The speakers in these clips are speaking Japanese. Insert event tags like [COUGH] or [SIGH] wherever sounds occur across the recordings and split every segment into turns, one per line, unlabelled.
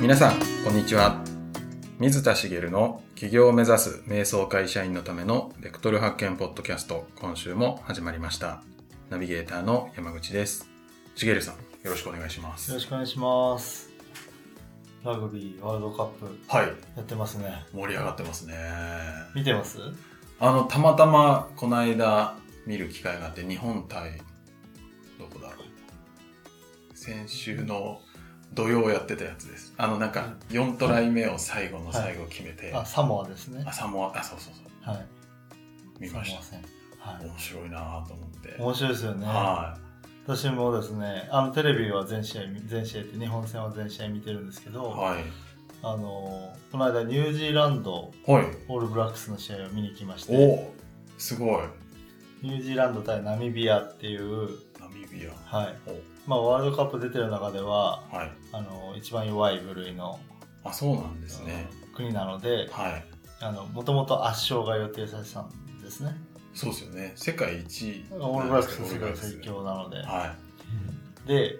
皆さん、こんにちは。水田茂の起業を目指す瞑想会社員のためのベクトル発見ポッドキャスト、今週も始まりました。ナビゲーターの山口です。茂さん、よろしくお願いしま
よろ
す。
しくお願いします。ラグビーワールドカップ
はい、
やってますね。
盛り上がってますね。
見てます
あの、たまたまこの間見る機会があって、日本対、どこだろう。先週の土曜やってたやつです。あの、なんか、4トライ目を最後の最後決めて、
あ、サモアですね。
朝も、あ、そうそうそう、
はい。
見ました。
サモア戦。はい。
面白いなと思って。
面白いですよね。
は
私もですね、あのテレビは全試合、全試合って日本戦は全試合見てるんですけ
い。
ど、
はい。
あの、この間ニュージーランド、
はい。
オールブラックスの試合を見に来まして、
おすごい。
ニュージーランド対ナミビアっていう、
ナミビア。
はい。
お
まあ、ワールドカップ出てる中では、
はい。
あの、一番弱い部類の、
あ、そうなんですね。
あの国なので、
はい。
あの、もともと圧勝が予定されてたんですね。
そうですよね。世界一。
オールブラックスの世界
オール
最
ブラック
強なので。
スは
で、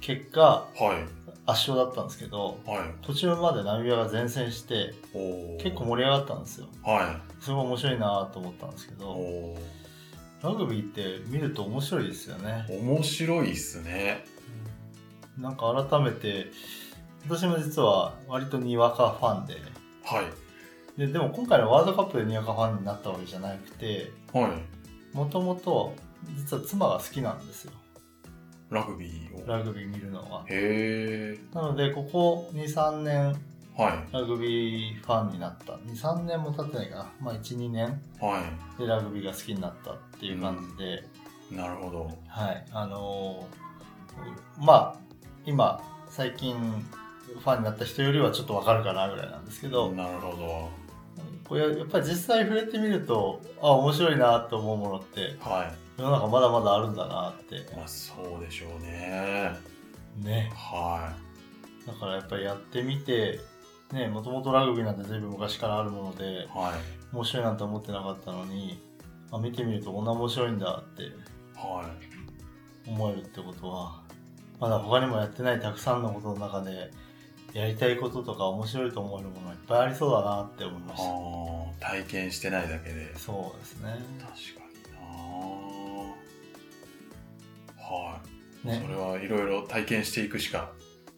結果、
い。はい。
圧勝だったんですけど、
はい。
途中までナミビアが前線して、
おお。
結構盛り上がったんですよ。
は
すごい面白いなと思ったんですけ
い。お
ど、
お。
ラグビーって見ると面白いですよね。
面白いっすね。
なんか改めて、私も実は割とにわかファンで、
はい。
ででも今回のワールドカップでにわかファンになったわけじゃなくて、
はい。
もともと実は妻が好きなんですよ。
ラグビーを。
ラグビー見るのは。
へえ。
なので、ここ2、3年、
は
ラグビーファンになった。2、3年も経ってないかな。まあ、1、2年
い。は
でラグビーが好きになったっていう感じで、
い。なるほど。
はい。あのーまあ、今、最近、ファンになった人よりはちょっとわかるかなぐらいなんですけど、
なるほど。
これやっぱり実際触れてみると、あ、面白いなと思うものって、
は
世の中まだまだあるんだなって、
い。まあ、そうでしょうね。
ね。
は
だからやっぱりやってみて、ね、もともとラグビーなんて随分昔からあるもので
い。、はい。
面白いなんて思ってなかったのにあ見てみるとこんな面白いんだって
は
思えるってことはまだ他にもやってないたくさんのことの中でやりたいこととか面白いと思えるものいっぱいありそうだなって思い
い。
まし
ああ、体験してないだけで
た。そうですね
確かになはい、それ
ね
はいろいろ体験していくしか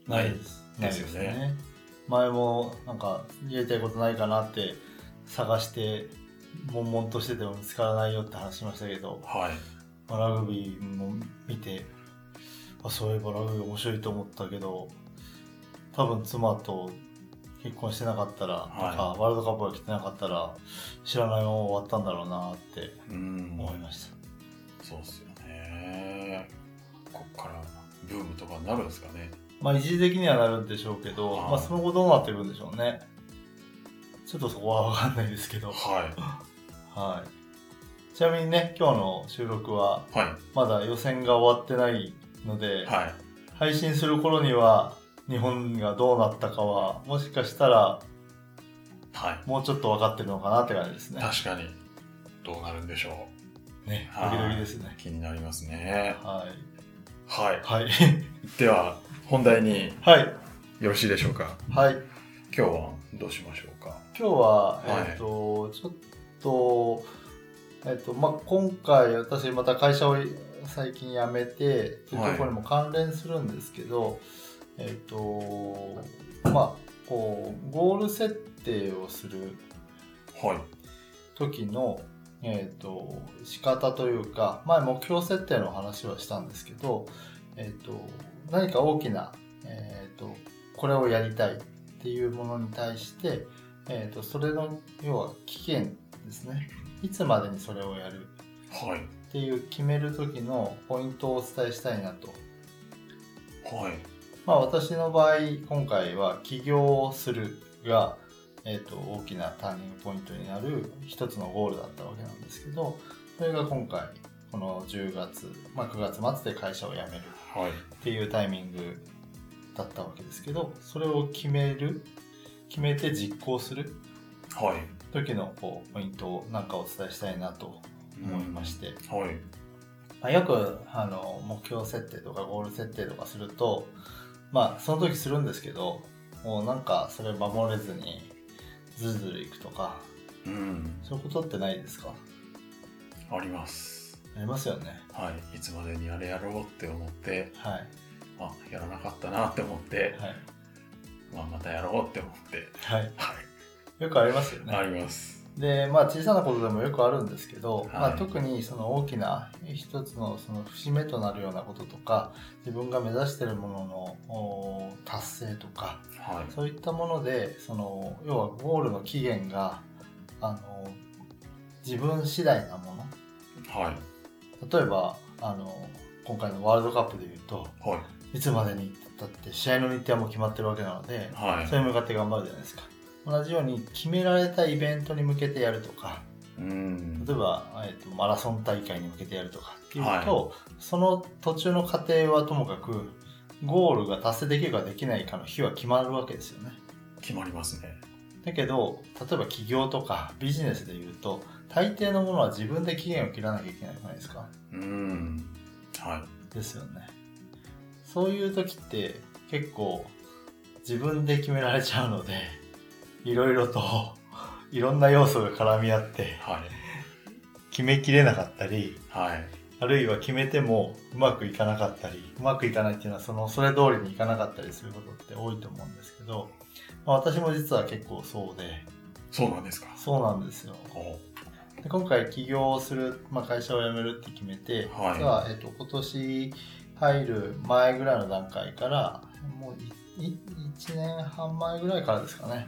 な
ないいです
な
ないい
です
で
よ
す
ね
ね前もなんかやりたいことないかなって探して悶々としてても見つからないよって話しましたけど、
はい
まあ、ラグビーも見てあそういえばラグビー面白いと思ったけど多分妻と結婚してなかったら、
はい
とかワールドカップが来てなかったら知らないまま終わったんだろうなって
うん
思いました、
そうっすよねこっからブームとかになるんですかね
まあ一時的にはなるんでしょうけど、
はい
まあその後どうなっていくんでしょうねちょっとそこは分かんないですけど
は
はいちなみにね今日の収録はい
はい
まだ予選が終わってないので、
はい
配信する頃には日本がどうなったかはもしかしたら
はい
もうちょっと分かってるのかなって感じですね。
確かにどうなるんでしょ
ね、
は
ド
い
キドキですね
う。気になりますね
はい。
はい
はい。
では本題に
はい。
よろしいでしょうか
はい。
今日はどうしましょうか
今日は、
はい
えっ、と、ちょっと、えっ、と、まあ、今回私また会社を最近辞めて、っていうところにも関連するんですけど、えっ、と、まあ、こう、ゴール設定をする
はい
時の、えー、と仕方というか前目標設定の話はしたんですけど、えー、と何か大きな、えー、とこれをやりたいっていうものに対して、えー、とそれの要は期限ですねいつまでにそれをやる
はい
っていう決める時のポイントをお伝えしたいなと、
はい
まあ、私の場合今回は起業をするが、えー、と大きなターニングポイントになる一つのゴールだったわけなんですけどそれが今回この10月、まあ、9月末で会社を辞める
はい
っていうタイミングだったわけですけどそれを決める決めて実行する
はい
時のこうポイントをなんかお伝えしたいなと思いまして、
はい
まあ、よくあの目標設定とかゴール設定とかするとまあその時するんですけどもうなんかそれ守れずにずるずるいくとか
うん、
そういうことってないですか
あります。
ありますよね
はい、いつまでにあれやろうって思って、
はい
あ、やらなかったなって思って、
はい
まあ、またやろうって思って、
はい
は
よくありますよ
い、
ね、
あります。
でまあ小さなことでもよくあるんですけど、まあ、
はい
特にその大きな一つのその節目となるようなこととか自分が目指しているもののおー達成とか
はい、
そういったものでその要はゴールの期限があの自分次第なもの
はい、
例えばあの今回のワールドカップでいうと
はい、
いつまでにだって試合の日程はもう決まってるわけなので
はい
そ。れに向かって頑張るじゃないですか同じように決められたイベントに向けてやるとか
うん
例えば、えっとマラソン大会に向けてやるとかっていうと、その途中の過程はともかくゴールが達成できるかできないかの日は決まるわけですよね。
決まりますね。
だけど例えば起業とかビジネスでいうと大抵のものは自分で期限を切らなきゃいけないじゃないですか。
うん、はい。
ですよね。そういう時って結構自分で決められちゃうのでいろいろといろんな要素が絡み合って
はい。
決めきれなかったり
はい。
あるいは決めてもうまくいかなかったりうまくいかないっていうのはそのそれ通りにいかなかったりすることって多いと思うんですけど、まあ、私も実は結構そうで
そうなんですか。
そうなんですよ
お
で今回起業をする、まあ、会社を辞めるって決めて、
はい
実はえっと、今年入る前ぐらいの段階からもういい1年半前ぐらいからですかね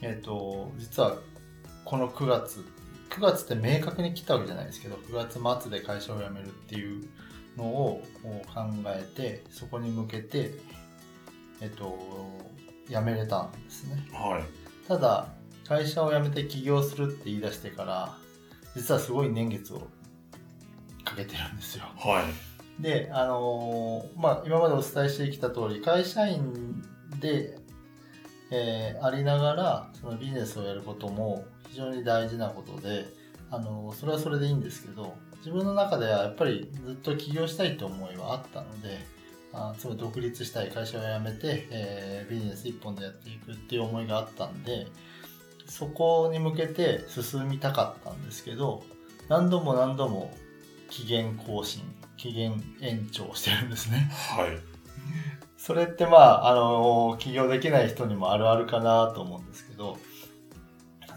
えっと実はこの9月9月って明確に来たわけじゃないですけど9月末で会社を辞めるっていうのをもう考えてそこに向けてえっと辞めれたんですね
はい。
ただ会社を辞めて起業するって言い出してから実はすごい年月をかけてるんですよ
はい。
であのーまあ今までお伝えしてきた通り会社員で、えーありながらそのビジネスをやることも非常に大事なことで、あのーそれはそれでいいんですけど自分の中ではやっぱりずっと起業したいって思いはあったのであーつまり独立したい会社を辞めて、えービジネス一本でやっていくっていう思いがあったんでそこに向けて進みたかったんですけど何度も何度も期限更新期限延長をしてるんですね [LAUGHS]
はい。
それってまああの起業できない人にもあるあるかなと思うんですけど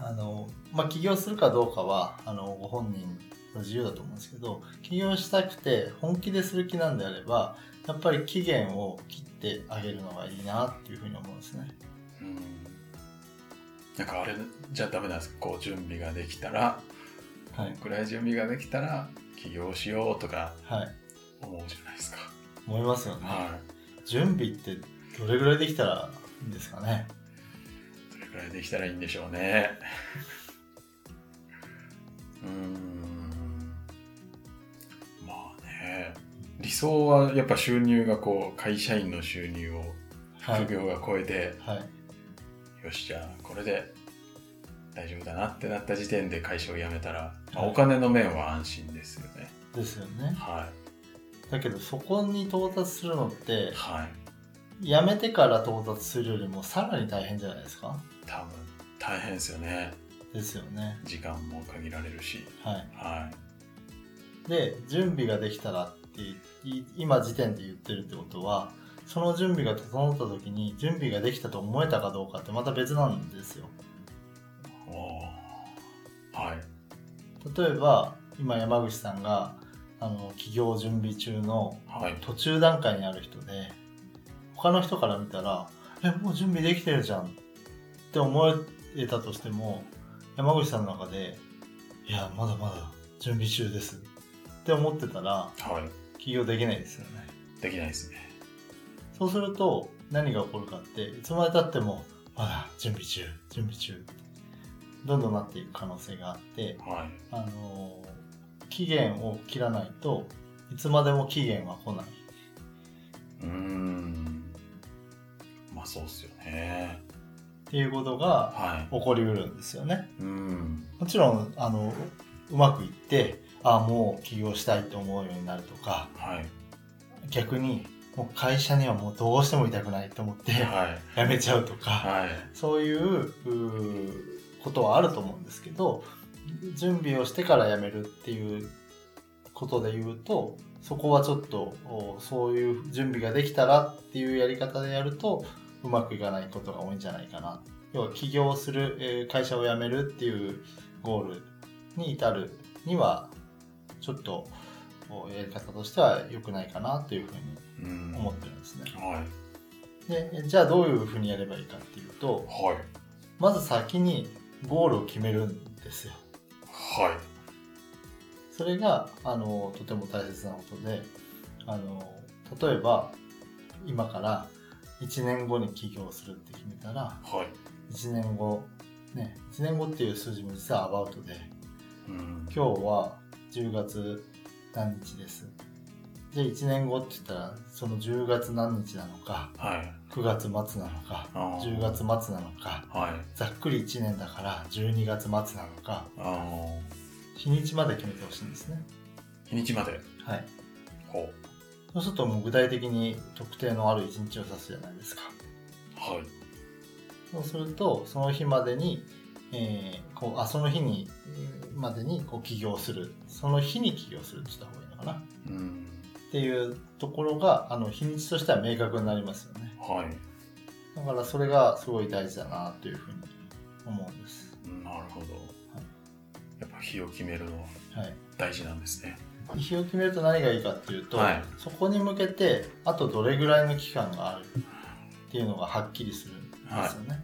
あのまあ起業するかどうかはあのご本人の自由だと思うんですけど起業したくて本気でする気なんであればやっぱり期限を切ってあげるのがいいなっていうふうに思うんですね
うん。なんかあれじゃダメなんですかこう準備ができたら、
はい
ぐらい準備ができたら起業しようとか
はい
思うじゃないですか。
思いますよね
は
準備ってどれぐらいできたらいいんですかね
い。どれくらいできたらいいんでしょうね。 [LAUGHS] うーん。まあね。理想はやっぱ収入がこう会社員の収入を
は
副
い、
業が超えて、
はい、
よしじゃあこれで大丈夫だなってなった時点で会社を辞めたら、まあ、
はい
お金の面は安心ですよね
ですよね
は
だけどそこに到達するのっ
い
て
はい
やめてから到達するよりもさらに大変じゃないですか
多分大変ですよね
ですよね
時間も限られるし
は
はい
で準備ができたらってい今時点で言ってるってことはその準備が整った時に準備ができたと思えたかどうかってまた別なんですよ
いおーはい
例えば今山口さんがあの起業準備中の
はい
途中段階にある人で他の人から見たら「えもう準備できてるじゃん」って思えたとしても山口さんの中で「いやまだまだ準備中です」って思ってたら
は
起業できないですよね
いできないですね
そうすると何が起こるかっていつまでたっても「まだ準備中準備中」ってどんどんなっていく可能性があって
は
あのー期限を切らないといつまでも期限は来ない
いうーんまあそうっすよね
っていうことが
は
起こりうるんですよね
いうーん
もちろんあのうまくいってあもう起業したいと思うようになるとか
はい
逆にもう会社にはもうどうしてもいたくないと思って [LAUGHS]
はい。
辞めちゃうとか、
はい。
そういううーことはあると思うんですけど準備をしてから辞めるっていうことで言うとそこはちょっとおそういう準備ができたらっていうやり方でやるとうまくいかないことが多いんじゃないかな要は起業する、えー会社を辞めるっていうゴールに至るにはちょっとおやり方としては良くないかなというふうに
うん。
思ってるんですね。
はい。
でじゃあどういうふうにやればいいかっていうと、
はい。
まず先にゴールを決めるんですよ。
はい。
それがあのとても大切なことであの例えば今から1年後に起業するって決めたら
はい。
1年後ね1年後っていう数字も実はアバウトで
うん。
今日は10月何日です。で1年後って言ったらその10月何日なのか
はい。
9月末なのか
あー
10月末なのか
はい。
ざっくり1年だから12月末なのか
あの
日にちまで決めてほしいんですね。
ー、日にちまで。
はい。
ほう。
そうするともう具体的に特定のある一日を指すじゃないですか。
はい。
そうすると、その日までに、えーこう、あ、その日に、えーまでにこう起業する。その日に起業するって言った方がいいのかな。っ
うん。
ていうところが、あの、日にちとしては明確になりますよね。
はい。
だからそれがすごい大事だなというふうに思うんです。
なるほど。やっぱ日を決めるのは
はい。
大事なんですね。
日を決めると何がいいかっていうと、
はい
そこに向けてあとどれぐらいの期間があるっていうのがはっきりするんですよね。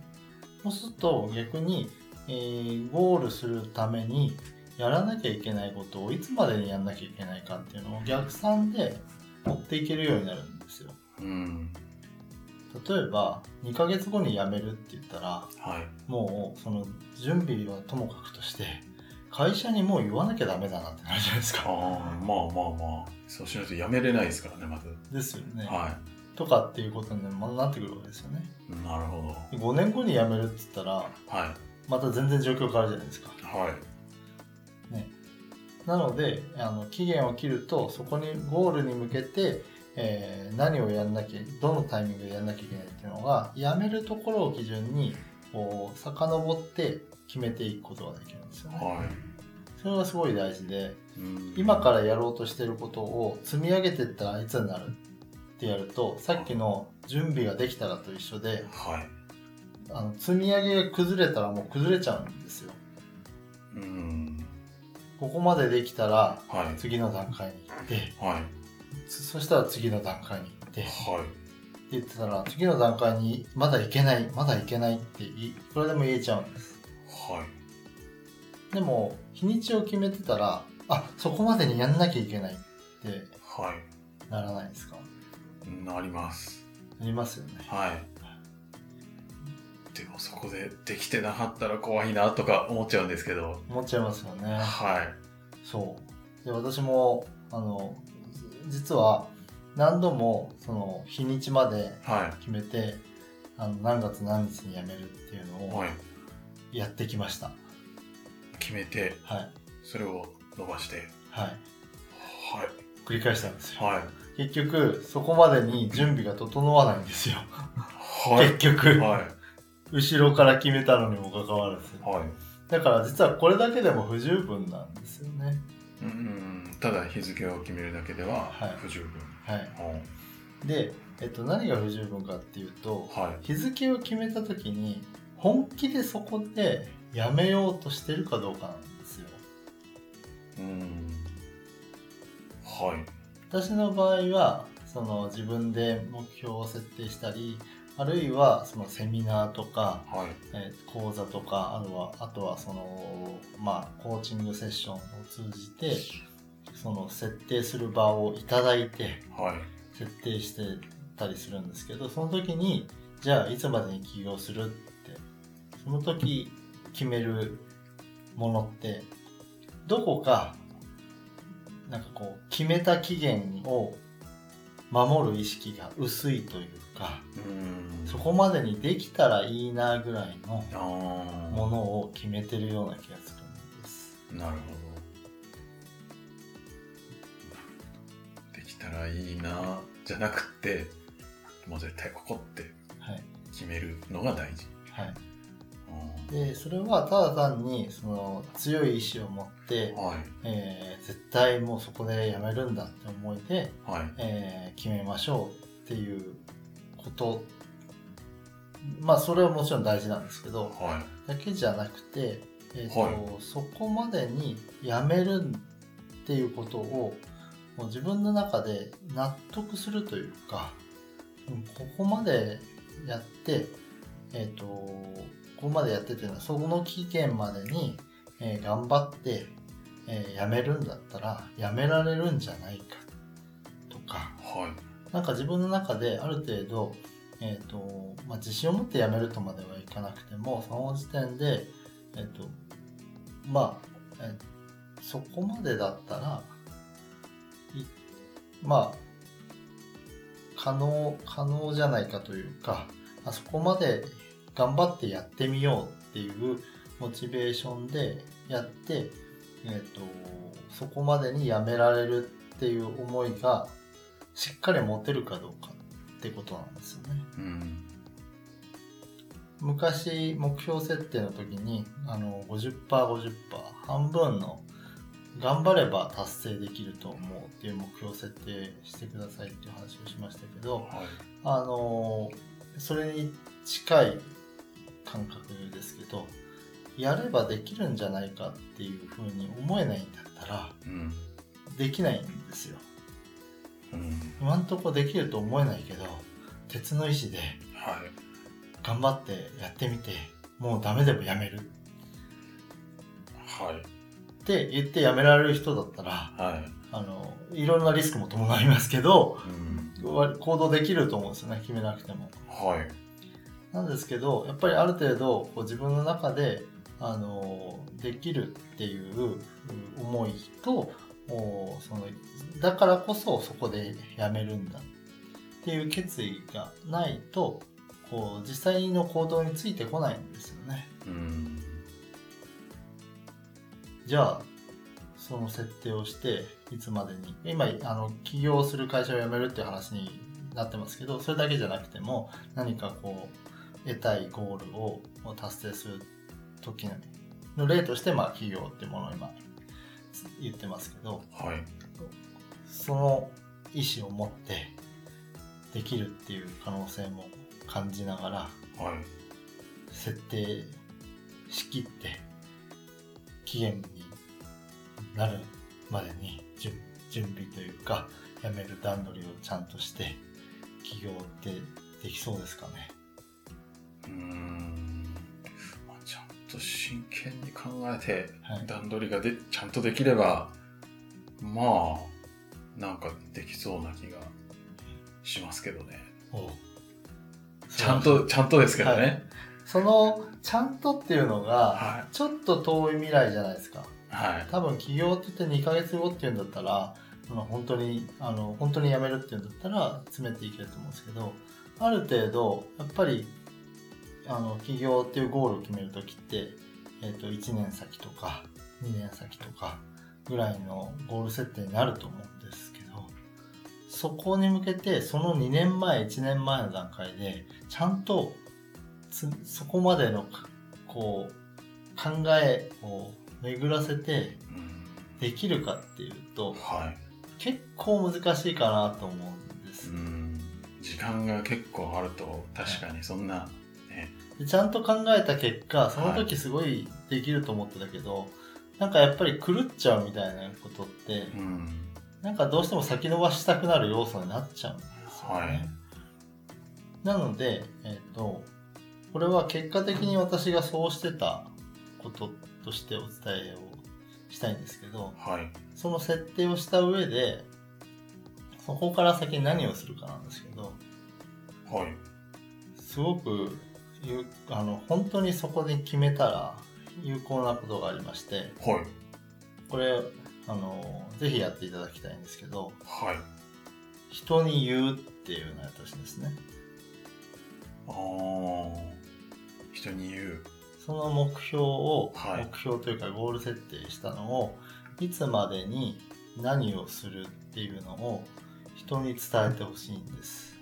そうすると逆に、えーゴールするためにやらなきゃいけないことをいつまでにやんなきゃいけないかっていうのを逆算で持っていけるようになるんですよ。
うん。
例えば2ヶ月後に辞めるって言ったら
はい。
もうその準備はともかくとして会社にもう言わなきゃダメだなってなるじゃないです
ああ、
か。
まあまあまあ。そうしないとやめれないですからね、まず。
ですよね。
は
とかっていうことにもなってくるわけですよね。
い。なるほ
で5年後に辞めるって言ったら、
ど。はい。
また全然状況変わるじゃないですか。
はい。
なので、あの期限を切ると、そこにゴールに向けて、えー何をやんなきゃ、どのタイミングでやんなきゃいけないっていうのが、辞めるところを基準に、こう、遡って決めていくことができるんですよね。
は
それはすごい大事で、
い。うん
今からやろうとしてることを積み上げていったらいつになるってやると、さっきの準備ができたらと一緒で、
はい。
あの積み上げが崩れたらもう崩れちゃうんですよ。
うん。
ここまでできたら
はい。
次の段階に行って、
はい。
つそしたら次の段階に行って、って
はい。
言ってたら次の段階にまだ行けない、まだ行けないっていいくらでも言えちゃうんです。
はい。
でも日にちを決めてたら、あ、そこまでにやんなきゃいけないって
は
ならないですか
い。なります。
なりますよね。
はい。でもそこでできてなかったら怖いなとか思っちゃうんですけど。
思っちゃいますよね。
は
そう。で、私も、あの、実は何度もその日にちまで
い。は
決めてあの何月何日に辞めるっていうの
い。
を
はい。
やってきました
決めて、
はい
それを伸ばして。
はい
はい。
繰り返したんですよ
はい。
結局そこまでに準備が整わないんですよ、
は
結
い。
局、
はい。
後ろから決めたのにもかかわらず
はい。
だから実はこれだけでも不十分なんですよね
うんうん、ただ日付を決めるだけでは
はい
不十分。
はい
うん
で、えっと、何が不十分かっていうと
はい。
日付を決めた時に本気でそこでやめようとしてるかどうかなんですよ
うん。はい。
私の場合はその自分で目標を設定したりあるいはそのセミナーとか、
はい。
えー講座とかあとはあとはその、まあ、コーチングセッションを通じてその設定する場をいただいて
はい。
設定してたりするんですけどその時にじゃあいつまでに起業するってその時決めるものってどこかなんかこう決めた期限を守る意識が薄いというか
うん。
そこまでにできたらいいなぐらいの
あ
も
あ。
のを決めてるような気がするんです。
なるほど。できたらいいな。じじゃなくて、もう絶対ここって
はい
決めるのが大事。
はい
うん
でそれはただ単にその強い意志を持って、
はい。
えー絶対もうそこでやめるんだって思いで、
はい。
えー決めましょうっていうことまあそれはもちろん大事なんですけど
は
だけじゃなくて、えーと
はい
そこまでにやめるっていうことをもう自分の中で納得するというかうんここまでやって、えー、とここまでやってというのはその期限までに、えー頑張って、えーやめるんだったらやめられるんじゃないかとか。
い。はい。
なんか自分の中である程度、えーとまあ、自信を持ってやめるとまではいかなくてもその時点で、えーとまあえーそこまでだったらいまあ可能可能じゃないかというかあそこまで頑張ってやってみようっていうモチベーションでやって、えー、とそこまでにやめられるっていう思いがしっかり持てるかどうかってことなんですよね。
うん。
昔目標設定の時にあの 50%50% 半分の頑張れば達成できると思うっていう目標設定してくださいっていう話をしましたけ
は
ど
い。
あのそれに近い感覚ですけどやればできるんじゃないかっていうふうに思えないんだったら
うん。
できないんですよ。
うん。
今んとこできると思えないけど鉄の意志で
はい。
頑張ってやってみてもうダメでもやめるっ
はい。
て言ってやめられる人だったら
はい。
あのいろんなリスクも伴いますけど
うん。
わ行動できると思うんですよね決めなくても。
はい。
なんですけどやっぱりある程度こう自分の中であのできるっていううん思いとおそのだからこそそこでやめるんだっていう決意がないとこう実際の行動についてこないんですよね。
うん。
じゃあその設定をしていつまでに今あの起業する会社を辞めるっていう話になってますけどそれだけじゃなくても何かこう得たいゴールを達成する時の例としてまあ起業っていうものを今言ってますけど
はい。
その意思を持ってできるっていう可能性も感じながら
はい。
設定しきって期限になるまでに準準備というかやめる段取りをちゃんとして起業ってできそうですかね
うーん。まあちゃんと真剣に考えて、
はい
段取りがでちゃんとできれば、まあ、なんかできそうな気がしますけどね。
おう
ちゃんと、ちゃんとですけどね。
そのちゃんとっていうのが
は
ちょっと遠い未来じゃないですか
い。はい。
多分起業って言って2ヶ月後っていうんだったら、まあ、本当にあの本当に辞めるっていうんだったら詰めていけると思うんですけどある程度やっぱりあの起業っていうゴールを決める時って、えー、と1年先とか2年先とかぐらいのゴール設定になると思うんですけどそこに向けてその2年前1年前の段階でちゃんとつそこまでのこう考えを巡らせて
うん
できるかっていうと
はい。
結構難しいかなと思うんです
う、ん。時間が結構あると、確かにそんな、ね。
でちゃんと考えた結果その時すごいできると思ってたけど、なんかやっぱり狂っちゃうみたいなことって
うん。
なんかどうしても先延ばしたくなる要素になっちゃうんですよね、
はい。
なのでえっ、とこれは結果的に私がそうしてたこととしてお伝えをしたいんですけど
はい。
その設定をした上でそこから先何をするかなんですけど
はい。
すごく有あの本当にそこで決めたら有効なことがありまして
はい。
これあのぜひやっていただきたいんですけど
はい。
人に言うっていうのをやってほしいんですね
あー人に言う。
その目標を、
はい
目標というかゴール設定したのをいつまでに何をするっていうのを人に伝えてほしいんです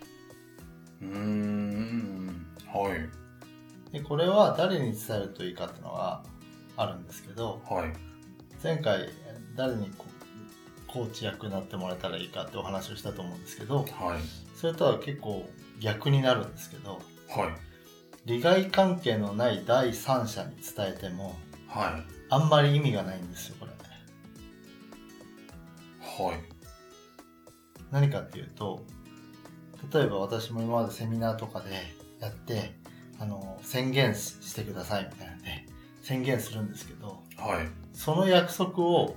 うーん。はい。
でこれは誰に伝えるといいかっていうのがあるんですけど
はい。
前回誰にこコーチ役になってもらえたらいいかってお話をしたと思うんですけど
はい。
それとは結構逆になるんですけど
はい。
利害関係のない第三者に伝えても
はい。
あんまり意味がないんですよこれ
はい。
何かっていうと例えば私も今までセミナーとかでやってあの宣言ししてくださいみたいなんで宣言するんですけど
はい。
その約束を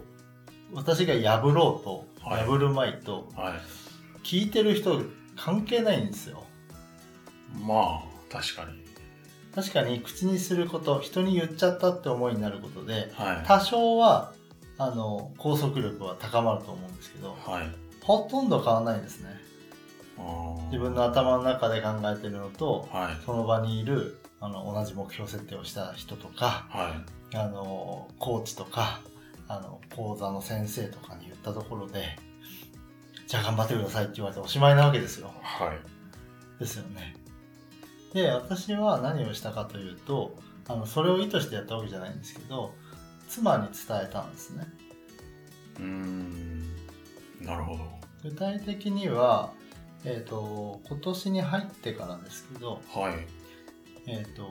私が破ろうと
はい
破るまいと
はい。
聞いてる人関係ないんですよ
まあ、確かに。
確かに口にすること人に言っちゃったって思いになることで
はい。
多少はあの拘束力は高まると思うんですけど
はい。
ほとんど変わらないですね
あー
自分の頭の中で考えてるのと
はい。
その場にいるあの同じ目標設定をした人とか
は
あのコーチとかあの講座の先生とかに言ったところでじゃあ頑張ってくださいって言われておしまいなわけですよ
い。はい。
ですよねで私は何をしたかというとあのそれを意図してやったわけじゃないんですけど妻に伝えたんですね
うーん。なるほど。
具体的にはえっ、と今年に入ってからですけど
はい。
えっ、と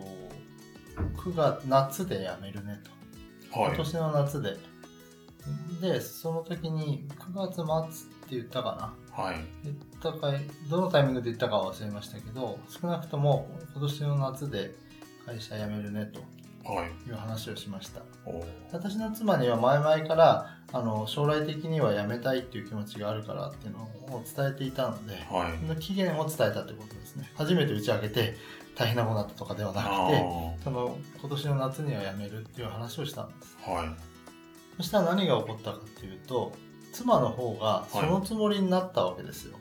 9月夏で辞めるねと
は
今
い。
年の夏で。で、その時に9月末って言ったかな
はい。
言ったかい、どのタイミングで言ったかは忘れましたけど、少なくとも今年の夏で会社辞めるねと
はい。
いう話をしました。
おー
私の妻には前々から、あの、将来的には辞めたいっていう気持ちがあるからっていうのを伝えていたので、
はい。
その期限を伝えたってことですね。初めて打ち上げて大変なことになったとかではな
あ
くて、その今年の夏には辞めるっていう話をしたんです。
ーはい。
そしたら何が起こったかっていうと妻の方がそのつもりになったわけですよ。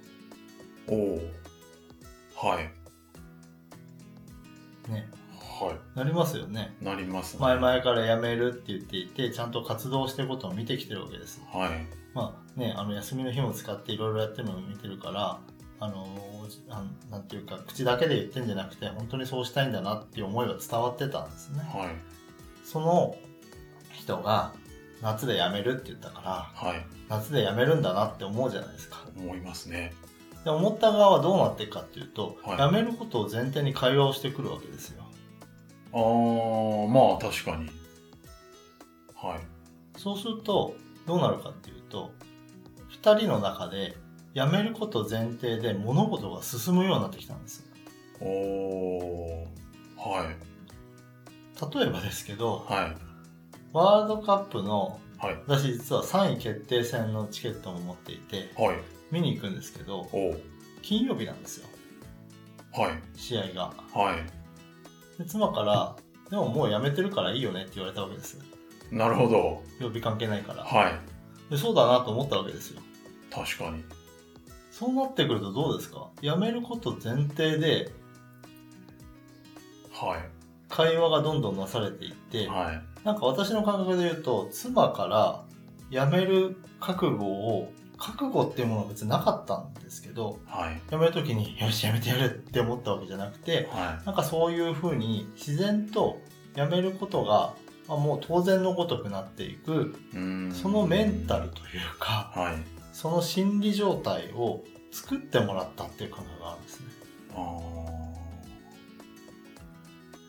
おーはい。
ね、
は
なりますよね。
い。なりますね。
前々から辞めるって言っていてちゃんと活動してることを見てきてるわけです。
はい。
まあねあの休みの日も使っていろいろやってるのを見てるから。あのあのなんていうか口だけで言ってんじゃなくて本当にそうしたいんだなっていう思いが伝わってたんですね
はい。
その人が夏で辞めるって言ったから
はい。
夏で辞めるんだなって思うじゃないですか
思いますね。
で思った側はどうなっていくかっていうと、
はい
やめることを前提に会話をしてくるわけですよ
あー、まあ確かに。はい。
そうするとどうなるかっていうと2人の中でやめることを前提で物事が進むようになってきたんです
おーはい。
例えばですけど
はい。
ワールドカップの
はい。
私実は3位決定戦のチケットも持っていて
はい。
見に行くんですけど
おー
金曜日なんですよ
はい。
試合が
はい。
で妻から「でももうやめてるからいいよね」って言われたわけです
なるほど。
曜日関係ないから、
はい。
でそうだなと思ったわけですよ
確かに。
そうなってくるとどうですか辞めること前提で
はい。
会話がどんどんなされていって、
はい。
なんか私の感覚で言うと、妻から辞める覚悟を、覚悟っていうものは別になかったんですけど、
はい。
辞めるときに、よし、辞めてやるって思ったわけじゃなくて、
は
なんかそういうふうに自然と辞めることが、まあもう当然のごとくなっていく、
い。うーん
そのメンタル。というか、
はい。
その心理状態を作ってもらったっていう感覚があるんですね。
あー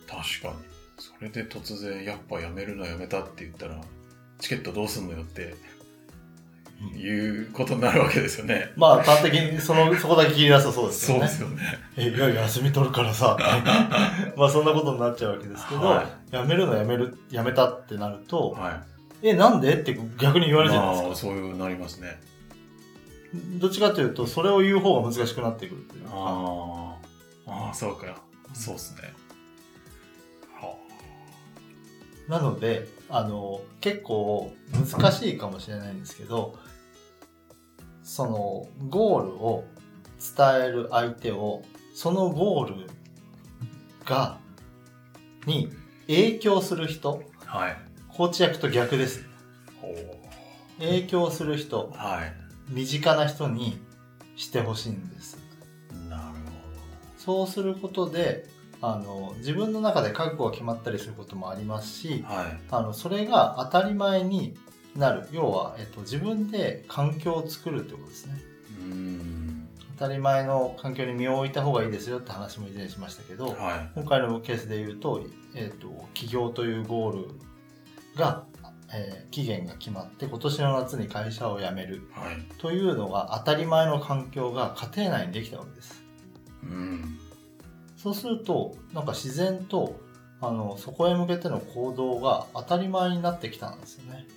確かに。それで突然、やっぱやめるのやめたって言ったら、チケットどうすんのよって
うん
いうことになるわけですよね。
まあ、端的にその、そこだけ切り出すとそうです
そ
よ
う
ね
で。すよね。
え、いやいや、休み取るか
[LAUGHS]
らさ。まあ、そんなことになっちゃうわけですけど、
は
辞めるの辞める、辞めたってなると、
はい。
え、なんでって逆に言われるじゃない
ま
で
あ
す
そういうなりますね。
か。どっちかというと、それを言う方が難しくなってくるというか。
あーあー、そうか。そうっすね。は
なので、あの、結構難しいかもしれないんですけど、その、ゴールを伝える相手を、そのゴールが、に影響する人、
あはい。
コーチ役と逆です。
ほう
影響する人
はい。
身近な人にしてほしいんです。
なる
そうすることであの自分の中で覚悟が決まったりすることもありますし
ほど。はい。
あのそれが当たり前になる要は、えっと、自分で環境を作るってことですね
うーん。
当たり前の環境に身を置いた方がいいですよって話も以前しましたけど、
は
今回のケースで言うと,、えっと起業というゴールが、えー期限が決まって今年の夏に会社を辞める
い。はい。
というのが当たり前の環境が家庭内にできたわけです。
うん。
そうするとなんか自然とあのそこへ向けての行動が当たり前になってきたんですよね。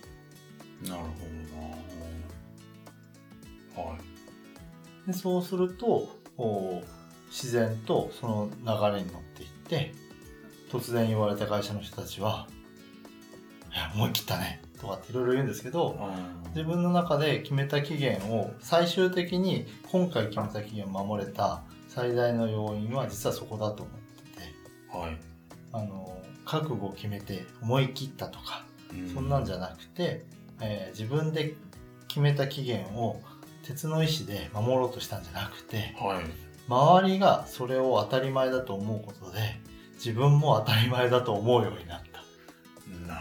なるほどな。はい。
でそうするとこう自然とその流れに乗っていって突然言われた会社の人たちは「いや思い切ったね」とかっていろいろ言うんですけど自分の中で決めた期限を最終的に今回決めた期限を守れた最大の要因は実はそこだと思ってて
はい。
あの覚悟を決めて思い切ったとかそんなんじ
ゃ。
ゃなくて、えー自分で決めた期限を鉄の意志で守ろうとしたんじゃなくて
はい。
周りがそれを当たり前だと思うことで自分も当たり前だと思うようになった
な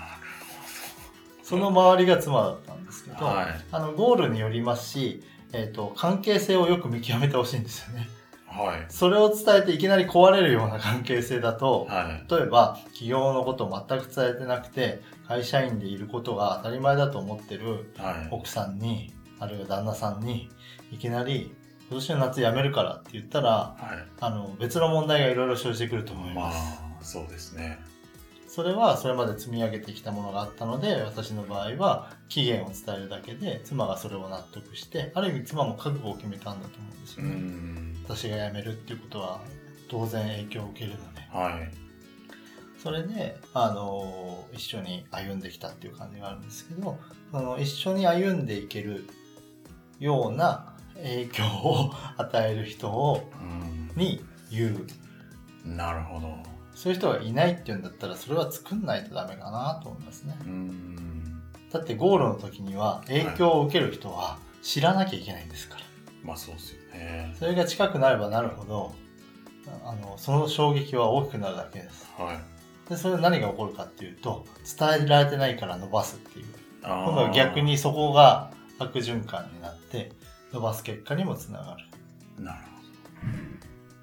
その周りが妻だったんですけ
る
ど、
ほど。はい。
あのゴールによりますし、えー、と関係性をよく見極めてほしいんですよね
はい。
それを伝えていきなり壊れるような関係性だと
はい。
例えば企業のことを全く伝えてなくて会社員でいることが当たり前だと思ってる
はい。
奥さんにあるいは旦那さんにいきなり「今年の夏辞めるから」って言ったら
はい。
あの別の問題がいろいろ生じてくると思い
ま
ます、
あ、そうですね。
それはそれまで積み上げてきたものがあったので私の場合は期限を伝えるだけで妻がそれを納得してある意味妻も覚悟を決めたんだと思うんです
う
よね、
ん。
私が辞めるっていうことは当然影響を受けるので
はい。
それで、あの一緒に歩んできたっていう感じがあるんですけどその一緒に歩んでいけるような影響を与える人を
う。
に言うん
なるほど。
そういう人がいないっていうんだったらそれは作んないとダメかなと思いますね
うん。
だってゴールの時には影響を受ける人は知らなきゃいけないんですから
まあ、そうですよね。
それが近くなればなるほどあのその衝撃は大きくなるだけです
はい。
でそれで何が起こるかっていうと伝えられてないから伸ばすっていう
今
今度は逆。にそこが悪循環になって伸ばす結果にもつながる
なる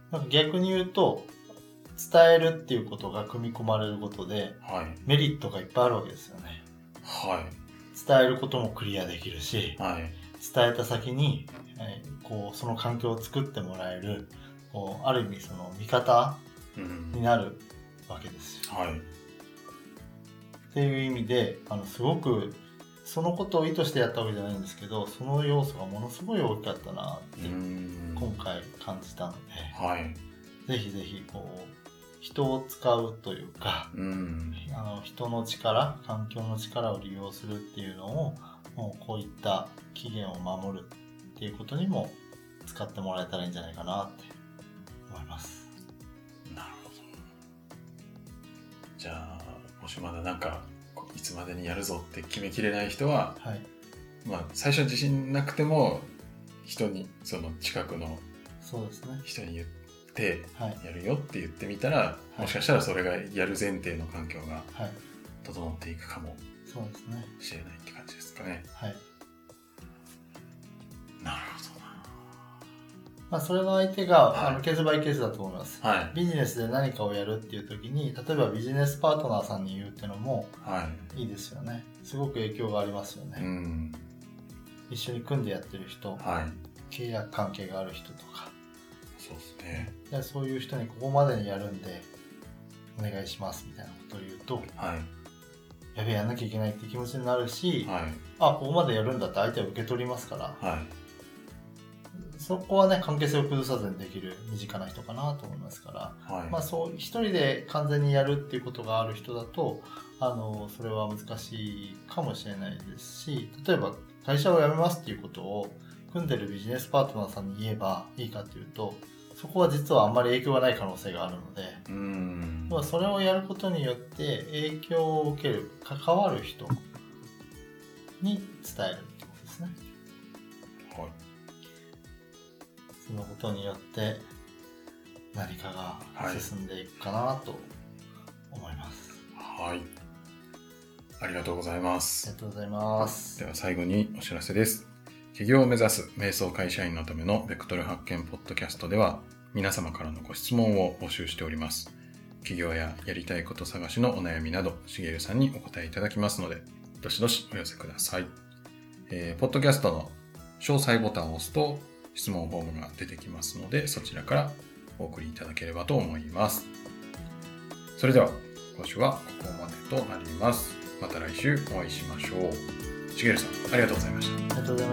なんか逆に言うと伝えるっていうことが組み込まれることで
ほど。はい。
メリットがいっぱいあるわけですよね
は
伝えることもクリアできるし
い。はい。
伝えた先に、えーこうその環境を作ってもらえるこうある意味その味方
うん。
になるわけですよ
はい。
っていう意味であのすごくそのことを意図してやったわけじゃないんですけどその要素がものすごい大きかったなって
うん。
今回感じたので、
はい。
ぜひぜひこう人を使うというか
うん。
あの人の力環境の力を利用するっていうのをもうこういった期限を守るっていうことにも使ってもらえたらいいんじゃないかなって思います。
なるほど。じゃあ、もしまだなんか、こいつまでにやるぞって決めきれない人は、
はい、
まあ、最初自信なくても、人に、その近くの
そうですね。
人に言って、
はい
やるよって言ってみたら、
い
もしかしたらそれがやる前提の環境が
はい、
整っていくかも
そうですね。
しれないって感じですかね。
はい。
なるほ
まあそれの相手が、
はい
あのケースバイケースだと思います。
どな。はい。
ビジネスで何かをやるっていう時に例えばビジネスパートナーさんに言うってのも
はい
いですよね。すごく影響がありますよね。。
うん。
一緒に組んでやってる人
はい。
契約関係がある人とか
そうですね。
でそういう人にここまでにやるんでお願いしますみたいなことを言うと
はい。
やべえやんなきゃいけないって気持ちになるし、
はい。
あここまでやるんだって相手は受け取りますから
はい。
そこはね関係性を崩さずにできる身近な人かなと思いますから、
はい。
まあ、そう一人で完全にやるっていうことがある人だとあのそれは難しいかもしれないですし例えば会社を辞めますっていうことを組んでるビジネスパートナーさんに言えばいいかというとそこは実はあんまり影響がない可能性があるので
うん。
要はそれをやることによって影響を受ける関わる人に伝えるってことですね。
はい。
そのことによって何かが
はい
進んでいくかなと思います、
はい。ありがとうございま
あり
す。
がとうございます
では最後にお知らせです。企業を目指す瞑想会社員のためのベクトル発見ポッドキャストでは皆様からのご質問を募集しております。企業ややりたいこと探しのお悩みなど、しげるさんにお答えいただきますので、どしどしお寄せください。えーポッドキャストの詳細ボタンを押すと質問フォームが出てきますので、そちらからお送りいただければと思います。それでは、今週はここまでとなります。また来週お会いしましょう。しげるさん、ありがとうございました。
ありがとうございました